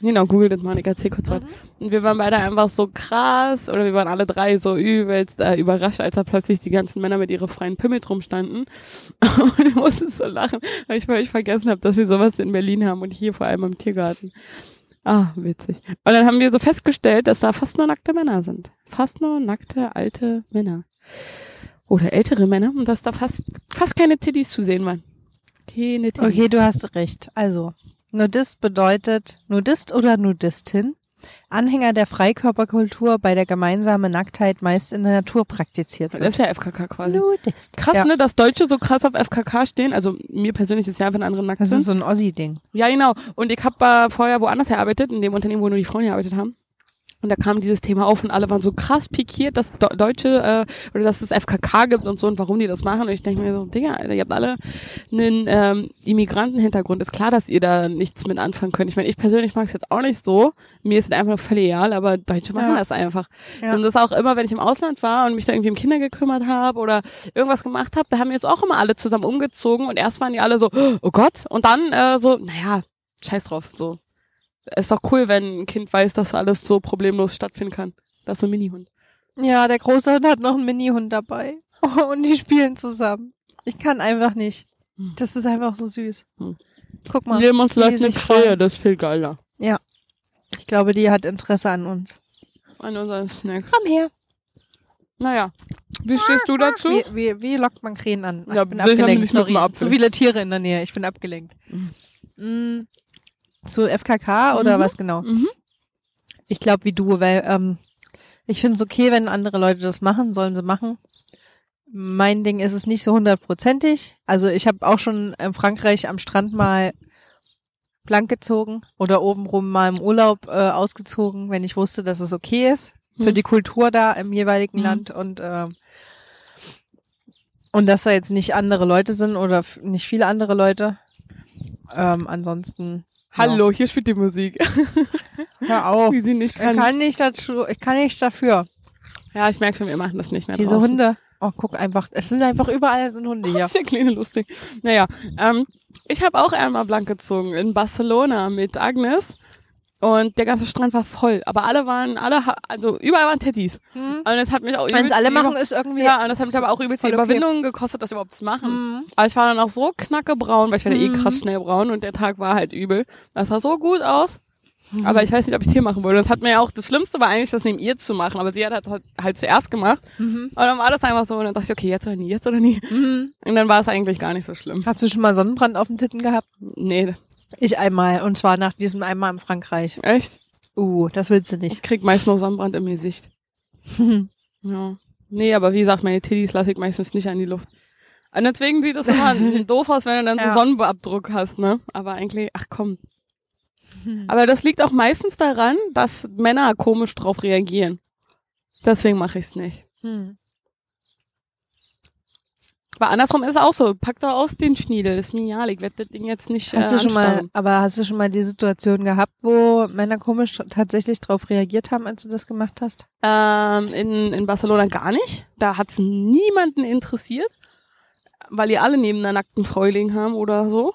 B: Genau, google das mal, ich erzähl kurz
C: Mhm.
B: was. Und wir waren beide einfach so krass, oder wir waren alle drei so übelst äh, überrascht, als da plötzlich die ganzen Männer mit ihren freien Pimmel rumstanden. Und ich musste so lachen, weil ich völlig vergessen habe, dass wir sowas in Berlin haben und hier vor allem im Tiergarten. Ah, witzig. Und dann haben wir so festgestellt, dass da fast nur nackte Männer sind. Fast nur nackte, alte Männer. Oder ältere Männer. Und dass da fast, fast keine Titties zu sehen waren. Keine Titties.
C: Okay, du hast recht. Also, Nudist bedeutet Nudist oder Nudistin. Anhänger der Freikörperkultur, bei der gemeinsame Nacktheit meist in der Natur praktiziert
B: das
C: wird.
B: ist ja FKK quasi.
C: Nudist.
B: Krass,
C: ja.
B: ne, dass Deutsche so krass auf FKK stehen. Also mir persönlich ist ja einfach ein anderer nackt
C: Das
B: sind.
C: ist so ein Ossi-Ding.
B: Ja, genau. Und ich habe äh, vorher woanders gearbeitet, in dem Unternehmen, wo nur die Frauen gearbeitet haben. Und da kam dieses Thema auf und alle waren so krass pikiert, dass Do Deutsche äh, oder dass es FKK gibt und so und warum die das machen. Und ich denke mir so, Digga, Alter, ihr habt alle einen ähm, Immigrantenhintergrund. Ist klar, dass ihr da nichts mit anfangen könnt. Ich meine, ich persönlich mag es jetzt auch nicht so. Mir ist es einfach völlig egal, aber Deutsche machen
C: Ja.
B: das einfach.
C: Ja.
B: Und das auch immer, wenn ich im Ausland war und mich da irgendwie um Kinder gekümmert habe oder irgendwas gemacht habe, da haben wir jetzt auch immer alle zusammen umgezogen und erst waren die alle so, oh Gott, und dann äh, so, naja, scheiß drauf, so. Ist doch cool, wenn ein Kind weiß, dass alles so problemlos stattfinden kann. Das ist so ein Minihund.
C: Ja, der große Hund hat noch einen Mini-Hund dabei. Oh, und die spielen zusammen. Ich kann einfach nicht.
B: Hm.
C: Das ist einfach so süß.
B: Hm.
C: Guck mal,
B: Neben uns
C: wie
B: läuft
C: sie
B: eine
C: sich freuen.
B: Treue, das ist viel geiler.
C: ich glaube, die hat Interesse an uns.
B: An unseren Snacks.
C: Komm her.
B: Naja, wie stehst du dazu?
C: Wie, wie, wie lockt man Krähen an? Ach,
B: Ja,
C: ich bin
B: sicher
C: abgelenkt,
B: nicht mit
C: sorry.
B: einem Apfel.
C: Zu viele Tiere in der Nähe, ich bin abgelenkt. Mm. Zu FKK oder
B: Mhm.
C: was genau?
B: Mhm.
C: Ich glaube, wie du, weil ähm, ich finde es okay, wenn andere Leute das machen, sollen sie machen. Mein Ding ist es nicht so hundertprozentig. Also ich habe auch schon in Frankreich am Strand mal blank gezogen oder obenrum mal im Urlaub äh, ausgezogen, wenn ich wusste, dass es okay ist für
B: Hm.
C: die Kultur da im jeweiligen
B: Mhm.
C: Land und ähm, und dass da jetzt nicht andere Leute sind oder f- nicht viele andere Leute. Ähm, ansonsten.
B: Hallo, hier spielt die Musik.
C: Ja. Hör auf.
B: wie sie nicht
C: Ich
B: kann.
C: kann nicht dazu, ich kann nicht dafür.
B: Ja, ich merke schon, wir machen das nicht mehr.
C: Diese
B: draußen.
C: Hunde. Oh, guck einfach. Es sind einfach überall sind Hunde hier.
B: Das ist ja kleine lustig. Naja, ähm, ich habe auch einmal blank gezogen in Barcelona mit Agnes. Und der ganze Strand war voll. Aber alle waren, alle, ha- also überall waren Teddys.
C: Hm?
B: Und das hat mich auch
C: Wenn es
B: übelst
C: alle
B: die
C: machen,
B: Über-
C: ist irgendwie.
B: ja, und das hat mich aber auch übelst die
C: Voll okay.
B: Überwindung gekostet, das überhaupt zu machen.
C: Hm.
B: Aber ich war dann auch so knackebraun, weil ich werde eh
C: Mhm.
B: krass schnell braun und der Tag war halt übel. Das sah so gut aus. Aber ich weiß nicht, ob ich es hier machen würde. Das hat mir ja auch, das Schlimmste war eigentlich, das neben ihr zu machen. Aber sie hat das halt, halt zuerst gemacht. Und dann war das einfach so. Und dann dachte ich, okay, jetzt oder nie, jetzt oder nie. Und dann war es eigentlich gar nicht so schlimm.
C: Hast du schon mal Sonnenbrand auf den Titten gehabt?
B: Nee,
C: Ich einmal. Und zwar nach diesem einmal in Frankreich.
B: echt?
C: Uh, das willst du
B: Ich
C: nicht.
B: krieg meist nur Sonnenbrand im Gesicht. Ja. Nee, aber wie gesagt, meine Titties lasse ich meistens nicht an die Luft. Und deswegen sieht es immer doof aus, wenn du dann
C: Ja.
B: so Sonnenabdruck hast, ne? Aber eigentlich, ach komm.
C: Hm.
B: Aber das liegt auch meistens daran, dass Männer komisch drauf reagieren. Deswegen mache ich es nicht.
C: Hm.
B: Aber andersrum ist es auch so. Pack doch aus den Schniedel. Ist mir egal. Ich werde das Ding jetzt nicht.
C: Hast
B: äh,
C: du schon mal,
B: anstarren.
C: aber hast du schon mal die Situation gehabt, wo Männer komisch tatsächlich drauf reagiert haben, als du das gemacht hast?
B: Ähm, in, in Barcelona gar nicht. Da hat es niemanden interessiert, weil die alle neben einer nackten Fräuling haben oder so.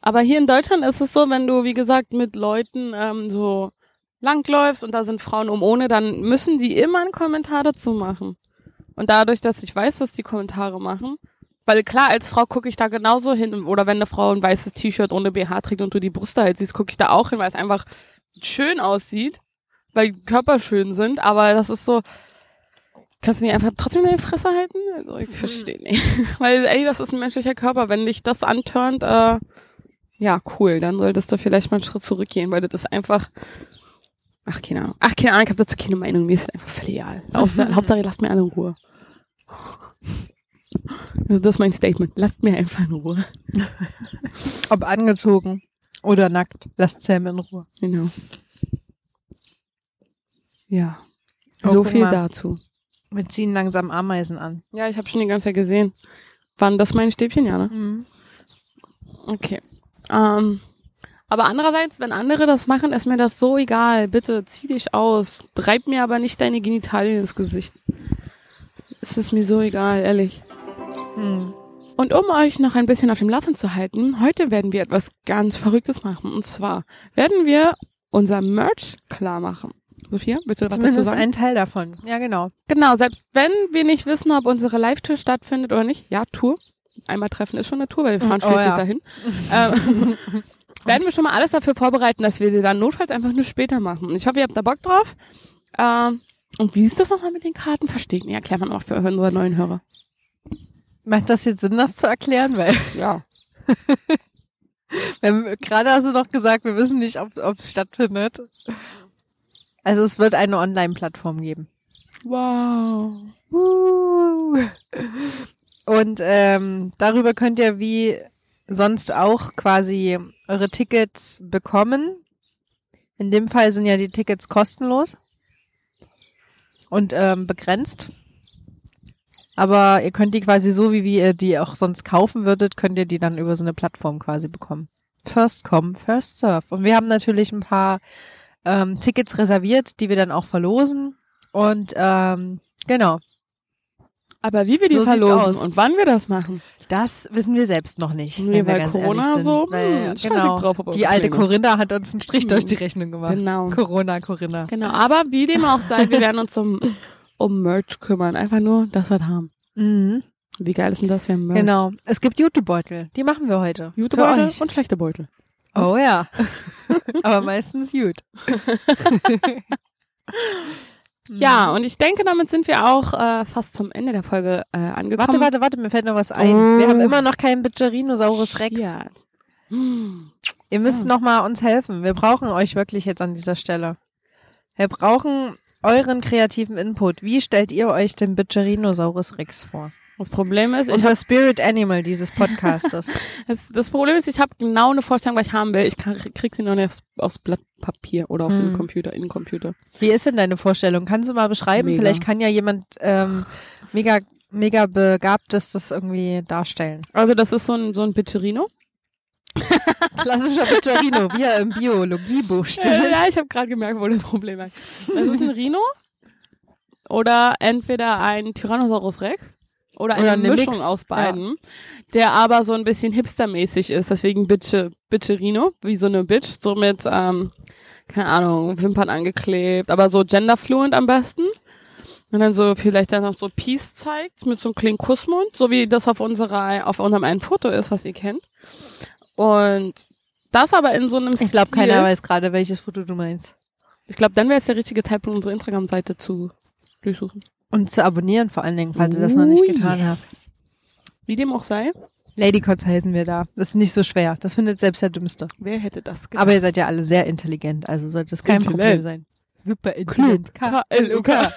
B: Aber hier in Deutschland ist es so, wenn du, wie gesagt, mit Leuten ähm, so langläufst und da sind Frauen um ohne, dann müssen die immer einen Kommentar dazu machen. Und dadurch, dass ich weiß, dass die Kommentare machen, weil klar, als Frau gucke ich da genauso hin. Oder wenn eine Frau ein weißes T-Shirt ohne BH trägt und du die Brust da halt siehst, gucke ich da auch hin, weil es einfach schön aussieht weil die Körper schön sind, aber das ist so. Kannst du nicht einfach trotzdem deine Fresse halten? Also ich verstehe nicht. Weil, ey, das ist ein menschlicher Körper. Wenn dich das antörnt, äh, ja, cool, dann solltest du vielleicht mal einen Schritt zurückgehen, weil das ist einfach. Ach, keine Ahnung. Ach, keine Ahnung, ich habe dazu keine Meinung. Mir ist das einfach völlig egal. Außer, Hauptsache, lasst mir alle in Ruhe. Also das ist mein Statement. Lasst mir einfach in Ruhe.
C: Ob angezogen oder nackt, lasst Sam in Ruhe.
B: Genau. Ja.
C: Oh,
B: So
C: guck
B: viel
C: mal.
B: dazu.
C: Wir ziehen langsam Ameisen an.
B: Ja, ich habe schon die ganze Zeit gesehen. Waren das meine Stäbchen, ja, ne? Okay. Ähm, aber andererseits, wenn andere das machen, ist mir das so egal. Bitte zieh dich aus. Treib mir aber nicht deine Genitalien ins Gesicht. Es ist mir so egal, ehrlich.
C: Hm.
B: Und um euch noch ein bisschen auf dem Laufen zu halten, heute werden wir etwas ganz Verrücktes machen. Und zwar werden wir unser Merch klar machen. Sophia, willst du was dazu
C: Zumindest
B: sagen?
C: ein Teil davon. Ja, genau.
B: Genau, selbst wenn wir nicht wissen, ob unsere Live-Tour stattfindet oder nicht, ja, Tour. Einmal treffen ist schon eine Tour, weil wir fahren
C: Oh,
B: schließlich
C: ja.
B: dahin. ähm, werden wir schon mal alles dafür vorbereiten, dass wir sie dann notfalls einfach nur später machen. Und Ich hoffe, ihr habt da Bock drauf. Ähm, und wie ist das nochmal mit den Karten? Versteht mir, erklärt man auch für unsere neuen Hörer.
C: Macht das jetzt Sinn, das zu erklären? Weil
B: Ja.
C: Ähm, Gerade hast du noch gesagt, wir wissen nicht, ob es stattfindet. Also es wird eine Online-Plattform geben.
B: Wow.
C: Woo. Und ähm, darüber könnt ihr wie sonst auch quasi eure Tickets bekommen. In dem Fall sind ja die Tickets kostenlos und ähm, begrenzt. Aber ihr könnt die quasi so, wie, wie ihr die auch sonst kaufen würdet, könnt ihr die dann über so eine Plattform quasi bekommen. First come, first serve. Und wir haben natürlich ein paar ähm, Tickets reserviert, die wir dann auch verlosen. Und ähm, genau,
B: Aber wie wir die
C: So sieht's
B: verlosen
C: aus.
B: und wann wir das machen.
C: das wissen wir selbst noch nicht.
B: Nee,
C: wenn wir
B: weil
C: ganz
B: Corona
C: ehrlich sind.
B: so,
C: Weil,
B: hm, scheiß ich
C: genau,
B: drauf, ob
C: die
B: eure
C: alte
B: Pläne.
C: Corinna hat uns einen Strich
B: Hm.
C: durch die Rechnung gemacht.
B: Genau.
C: Corona, Corinna.
B: Genau, aber wie dem auch sei, wir werden uns um, um Merch kümmern. Einfach nur, dass wir das haben.
C: Mhm.
B: Wie geil ist denn das, wir haben Merch?
C: Genau. Es gibt Jutebeutel. Die machen wir heute. Für euch.
B: Jutebeutel und schlechte Beutel.
C: Oh ja. Aber meistens Jut. Mhm. Hm.
B: Ja, und ich denke, damit sind wir auch äh, fast zum Ende der Folge äh, angekommen.
C: Warte, warte, warte, mir fällt noch was ein.
B: Oh.
C: Wir haben immer noch keinen Bitcherinosaurus Rex.
B: Ja. Hm.
C: Ihr müsst noch mal uns helfen. Wir brauchen euch wirklich jetzt an dieser Stelle. Wir brauchen euren kreativen Input. Wie stellt ihr euch den Bitcherinosaurus Rex vor?
B: Das Problem ist, ich,
C: Unser Spirit Animal dieses Podcastes.
B: das, das Problem ist, ich habe genau eine Vorstellung, was ich haben will. Ich kann, krieg sie nur nicht aufs, aufs Blatt Papier oder auf den
C: Hm.
B: Computer, in den Computer.
C: Wie ist denn deine Vorstellung? Kannst du mal beschreiben?
B: Mega.
C: Vielleicht kann ja jemand ähm, mega, mega begabtes das irgendwie darstellen.
B: Also das ist so ein, so ein Bitterino.
C: Klassischer Bitcherino, wie er im Biologiebuch steht.
B: Ja, ich habe gerade gemerkt, wo das Problem lag. Das ist ein Rhino oder entweder ein Tyrannosaurus Rex oder eine,
C: Oder eine
B: Mischung
C: Mix,
B: aus
C: ja.
B: beiden, der aber so ein bisschen hipstermäßig ist, deswegen Bitche, Bitche Rhino, wie so eine Bitch, so mit, ähm, keine Ahnung, Wimpern angeklebt, aber so genderfluent am besten. Und dann so vielleicht dann noch so Peace zeigt mit so einem kleinen Kussmund, so wie das auf unserer auf unserem einen Foto ist, was ihr kennt. Und Das aber in so einem
C: Ich glaube,
B: Stil.
C: keiner weiß gerade, welches Foto du meinst.
B: Ich glaube, dann wäre es der richtige Zeitpunkt, unsere Instagram-Seite zu durchsuchen.
C: Und zu abonnieren vor allen Dingen, falls ihr das noch nicht
B: Oh,
C: getan
B: yes.
C: habt.
B: Wie dem auch sei,
C: Ladycots heißen wir da. Das ist nicht so schwer. Das findet selbst der Dümmste.
B: wer hätte das gedacht?
C: Aber ihr seid ja alle sehr intelligent, also sollte es kein Problem
B: Intelligent.
C: sein. Super
B: intelligent. K-L-U-K.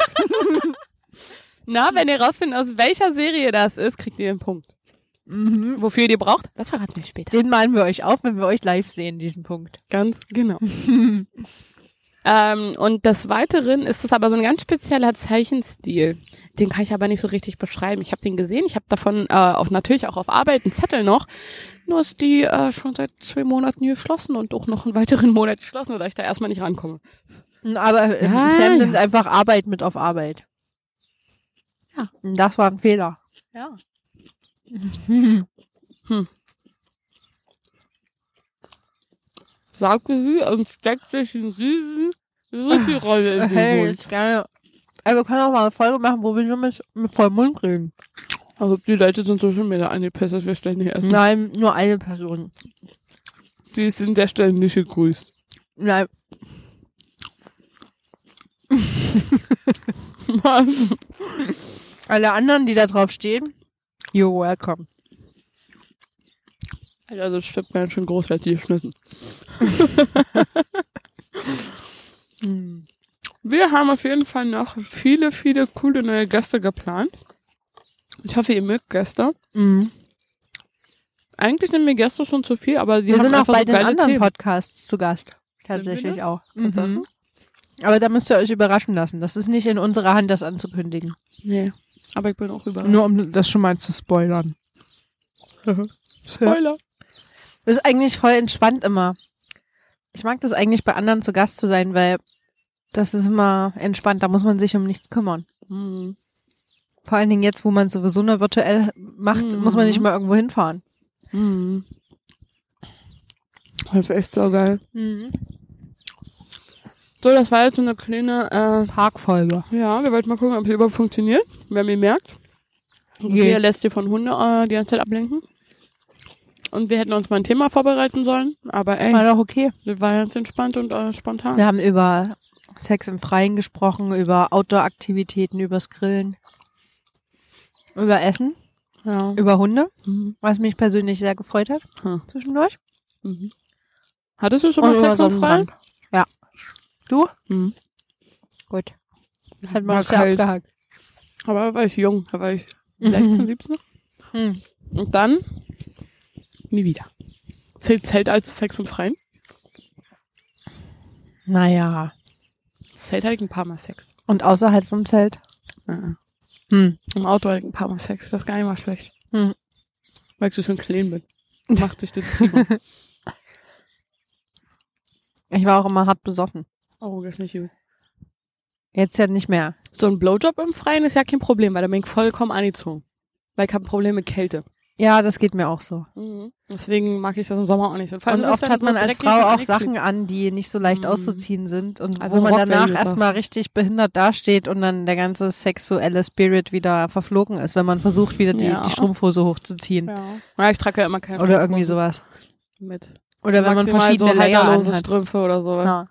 B: Na, wenn ihr rausfindet, aus welcher Serie das ist, kriegt ihr den Punkt.
C: Mhm.
B: Wofür ihr die braucht, das verraten wir später.
C: Den malen wir euch auf, wenn wir euch live sehen, diesen Punkt.
B: Ganz genau. ähm, und des Weiteren ist es aber so ein ganz spezieller Zeichenstil. Den kann ich aber nicht so richtig beschreiben. Ich habe den gesehen, ich habe davon äh, auch natürlich auch auf Arbeit einen Zettel noch. Nur ist die äh, schon seit zwei Monaten hier geschlossen und auch noch einen weiteren Monat geschlossen, weil ich da erstmal nicht rankomme.
C: Aber äh,
B: Ja,
C: Sam
B: ja.
C: nimmt einfach Arbeit mit auf Arbeit.
B: Ja.
C: Und Das war ein Fehler.
B: Ja. Sagte sie und steckt sich einen riesen Rolle in den
C: Äh, Hey,
B: Mund.
C: ich gerne. Aber wir können auch mal eine Folge machen, wo wir nur mit, mit vollem Mund reden.
B: Also die Leute sind so schon wieder angepisst, dass wir ständig essen.
C: Nein, nur eine Person.
B: Die sind sehr ständig gegrüßt.
C: Nein, alle anderen, die da drauf stehen, you're welcome.
B: Alter, Also, das stimmt ganz schön großartig geschnitten. Mhm. Wir haben auf jeden Fall noch viele, viele coole neue Gäste geplant. Ich hoffe, ihr mögt Gäste.
C: Mhm.
B: Eigentlich sind mir Gäste schon zu viel, aber sie
C: Wir
B: haben
C: sind auch
B: einfach
C: bei
B: so
C: den
B: geile
C: anderen
B: Themen.
C: Podcasts zu Gast.
B: wir
C: Tatsächlich
B: das?
C: auch.
B: Tatsache?
C: Mhm. Aber da müsst ihr euch überraschen lassen. Das ist nicht in unserer Hand, das anzukündigen.
B: Nee, aber ich bin auch überrascht.
C: Nur um das schon mal zu spoilern.
B: Spoiler.
C: Das ist eigentlich voll entspannt immer. Ich mag das eigentlich bei anderen zu Gast zu sein, weil das ist immer entspannt. Da muss man sich um nichts kümmern.
B: Mhm.
C: Vor allen Dingen jetzt, wo man es sowieso nur virtuell macht,
B: Mhm.
C: muss man nicht mal irgendwo hinfahren.
B: Mhm. Das ist echt so geil.
C: Mhm.
B: So, das war jetzt so eine kleine äh,
C: Parkfolge.
B: Ja, wir wollten mal gucken, ob sie überhaupt funktioniert. Wer mir merkt.
C: Je.
B: Wer lässt sich von Hunde äh, die ganze Zeit ablenken. Und wir hätten uns mal ein Thema vorbereiten sollen, aber ey,
C: War doch okay.
B: das war ganz entspannt und äh, spontan.
C: Wir haben über Sex im Freien gesprochen, über Outdoor-Aktivitäten, übers Grillen, über Essen,
B: Ja.
C: über Hunde,
B: Mhm.
C: was mich persönlich sehr gefreut hat
B: Hm.
C: zwischendurch.
B: Mhm. Hattest du schon mal
C: Und über
B: Sex und frei?
C: Sonnenbrand. Ja. Du?
B: Mhm.
C: Gut. Hat
B: War
C: man sehr
B: kalt.
C: abgehakt.
B: Aber da war ich jung, da war ich 16, 17.
C: Hm.
B: Und dann nie wieder. Zählt Zelt als Sex im Freien?
C: Naja.
B: Zelt hatte ich ein paar Mal Sex.
C: Und außerhalb vom Zelt?
B: Mhm.
C: Hm.
B: Im Auto hatte ich ein paar Mal Sex. Das ist gar nicht mal schlecht.
C: Hm.
B: Weil ich so schön klein bin. Macht sich das prima.
C: Ich war auch immer hart besoffen.
B: Oh, das ist nicht gut.
C: Jetzt ja nicht mehr.
B: So ein Blowjob im Freien ist ja kein Problem, weil da bin ich vollkommen angezogen. Weil ich habe ein Problem mit Kälte.
C: Ja, das geht mir auch so.
B: Mhm. Deswegen mag ich das im Sommer auch nicht. vor allem
C: und
B: ist
C: oft
B: dann
C: hat
B: so
C: man als
B: dreckig
C: Frau
B: und
C: auch
B: angeklebt.
C: Sachen an, die nicht so leicht
B: Mhm.
C: auszuziehen sind und
B: Also
C: wo
B: ein
C: man
B: Rock,
C: danach
B: wenn du
C: erstmal
B: sagst.
C: richtig behindert dasteht und dann der ganze sexuelle Spirit wieder verflogen ist, wenn man versucht, wieder die,
B: Ja.
C: die Strumpfhose hochzuziehen
B: Ja. ja, ich trage ja immer keine
C: oder irgendwie
B: Strumpfhosen
C: sowas.
B: mit.
C: Oder wenn man
B: Maximal
C: verschiedene
B: so
C: Layer
B: halterlose
C: anhat.
B: Strümpfe oder sowas.
C: Ja.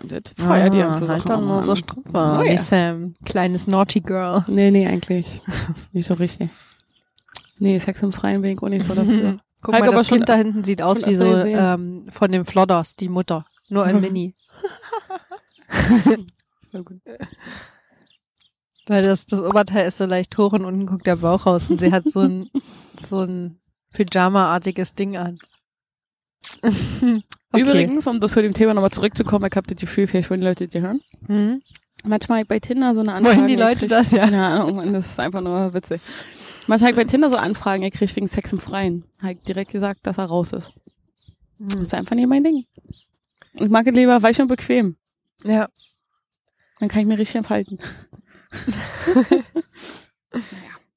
B: Und das feuert die ganze
C: halt
B: Sache.
C: doch
B: auch
C: nur
B: an.
C: so Strümpfe.
B: Oh,
C: nicht
B: yes.
C: Sam. Kleines Naughty Girl.
B: Nee, nee, eigentlich. nicht so richtig. Nee, Sex im Freien bin ich auch nicht so dafür.
C: Guck
B: Heike,
C: mal,
B: aber
C: das
B: schon-
C: Kind da hinten sieht aus
B: schon
C: wie so
B: öfter gesehen.
C: ähm, von den Flodders, die Mutter. Nur ein Mini.
B: Sehr gut.
C: Weil das, das Oberteil ist so leicht hoch und unten guckt der Bauch raus und sie hat so ein, so ein Pyjama-artiges Ding an. okay.
B: Übrigens, um das zu dem Thema nochmal zurückzukommen, ich habe das Gefühl, vielleicht wollen die Leute die hören.
C: Hm?
B: Manchmal hab ich bei Tinder so eine Anfrage.
C: Wollen die Leute
B: gekriegt-
C: das ja?
B: Keine Ahnung, Mann, das ist einfach nur witzig. Manchmal hab ich bei Tinder so Anfragen gekriegt wegen Sex im Freien. Hab ich direkt gesagt, dass er raus ist. Das
C: Hm.
B: ist einfach nicht mein Ding. Ich mag es lieber weich und bequem.
C: Ja.
B: Dann kann ich mir richtig entfalten. Naja.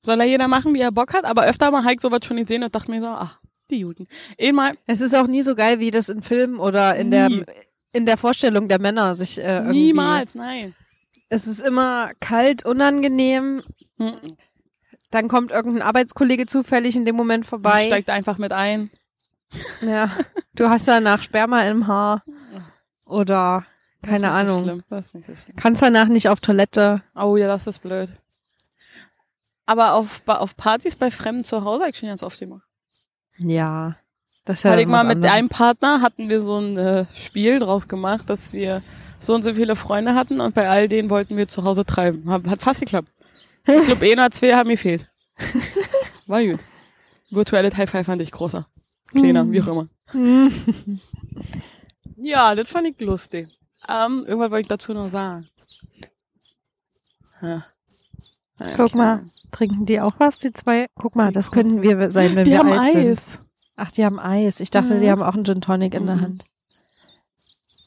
B: Soll ja jeder machen, wie er Bock hat, aber öfter mal hab ich sowas schon gesehen und dachte mir so, ach, die Juden. Eh Einmal,
C: Es ist auch nie so geil, wie das in Filmen oder in der
B: Nie.
C: in der Vorstellung der Männer sich äh, irgendwie.
B: niemals, nein.
C: Es ist immer kalt, unangenehm.
B: Mhm.
C: Dann kommt irgendein Arbeitskollege zufällig in dem Moment vorbei.
B: Steigt einfach mit ein.
C: Ja. Du hast danach Sperma im Haar. Oder keine
B: das ist nicht So
C: Ahnung.
B: schlimm. Das ist nicht so schlimm.
C: Kannst danach nicht auf Toilette.
B: Oh ja, das ist blöd. Aber auf, ba- auf Partys bei Fremden zu Hause habe ich schon ganz oft gemacht.
C: Ja. Das ist
B: Hatte
C: ja
B: ich mal
C: was
B: mit
C: anderes.
B: einem Partner hatten wir so ein äh, Spiel draus gemacht, dass wir so und so viele Freunde hatten und bei all denen wollten wir zu Hause treiben. Hab, hat fast geklappt. Ich glaube, ein oder zwei haben mir fehlt. War gut. Virtuelle High Five fand ich großer. Kleiner, wie auch immer. ja, das fand ich lustig. Ähm, irgendwas wollte ich dazu noch sagen. Ha. Na ja,
C: Guck
B: klar.
C: mal. Trinken die auch was, die zwei? Guck mal, das könnten wir sein, wenn
B: Die
C: wir
B: haben
C: alt sind.
B: Eis.
C: Ach, die haben Eis. Ich dachte,
B: Mhm.
C: die haben auch einen Gin Tonic in der
B: Mhm.
C: Hand.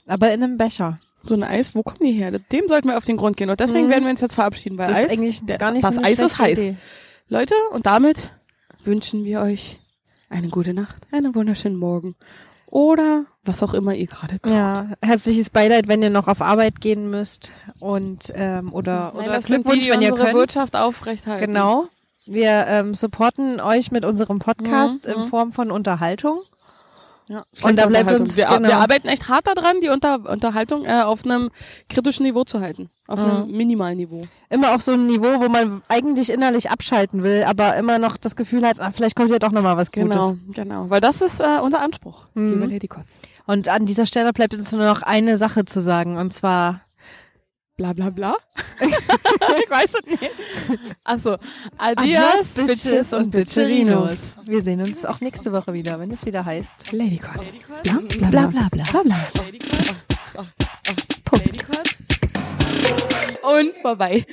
C: Aber in einem Becher.
B: So ein Eis, wo kommen die her? Dem sollten wir auf den Grund gehen. Und deswegen
C: Mhm.
B: werden wir uns jetzt verabschieden, weil
C: Das
B: Eis,
C: ist eigentlich
B: der,
C: gar nicht
B: das
C: so eine
B: Eis ist
C: schlechte
B: heiß.
C: Idee.
B: Leute, und damit wünschen wir euch eine gute Nacht, einen wunderschönen Morgen oder was auch immer ihr gerade tut.
C: Ja, herzliches Beileid, wenn ihr noch auf Arbeit gehen müsst und ähm, oder
B: Nein,
C: oder
B: das sind die,
C: Glückwunsch,
B: die
C: wenn ihr
B: unsere
C: könnt.
B: Wirtschaft aufrechthalten.
C: Genau. Wir ähm, supporten euch mit unserem Podcast
B: Mhm,
C: in
B: mhm.
C: Form von Unterhaltung.
B: Ja,
C: Und da bleibt
B: Unterhaltung.
C: uns-
B: wir, ar-
C: genau.
B: wir arbeiten echt hart daran, die Unter Unterhaltung äh, auf einem kritischen Niveau zu halten, auf
C: Mhm.
B: einem Minimalniveau.
C: Immer auf so einem Niveau, wo man eigentlich innerlich abschalten will, aber immer noch das Gefühl hat, ah, vielleicht kommt ja doch nochmal was Gutes.
B: Genau, genau, weil das ist äh, unser Anspruch,
C: Mhm.
B: liebe Lady Kotz.
C: Und an dieser Stelle bleibt uns nur noch eine Sache zu sagen, und zwar
B: bla bla bla. ich weiß es nicht. Achso, adios, Bitches und Bitcherinos.
C: Wir sehen uns auch nächste Woche wieder, wenn es wieder heißt.
B: Lady Cots.
C: Bla bla bla bla. bla, bla.
B: Und vorbei.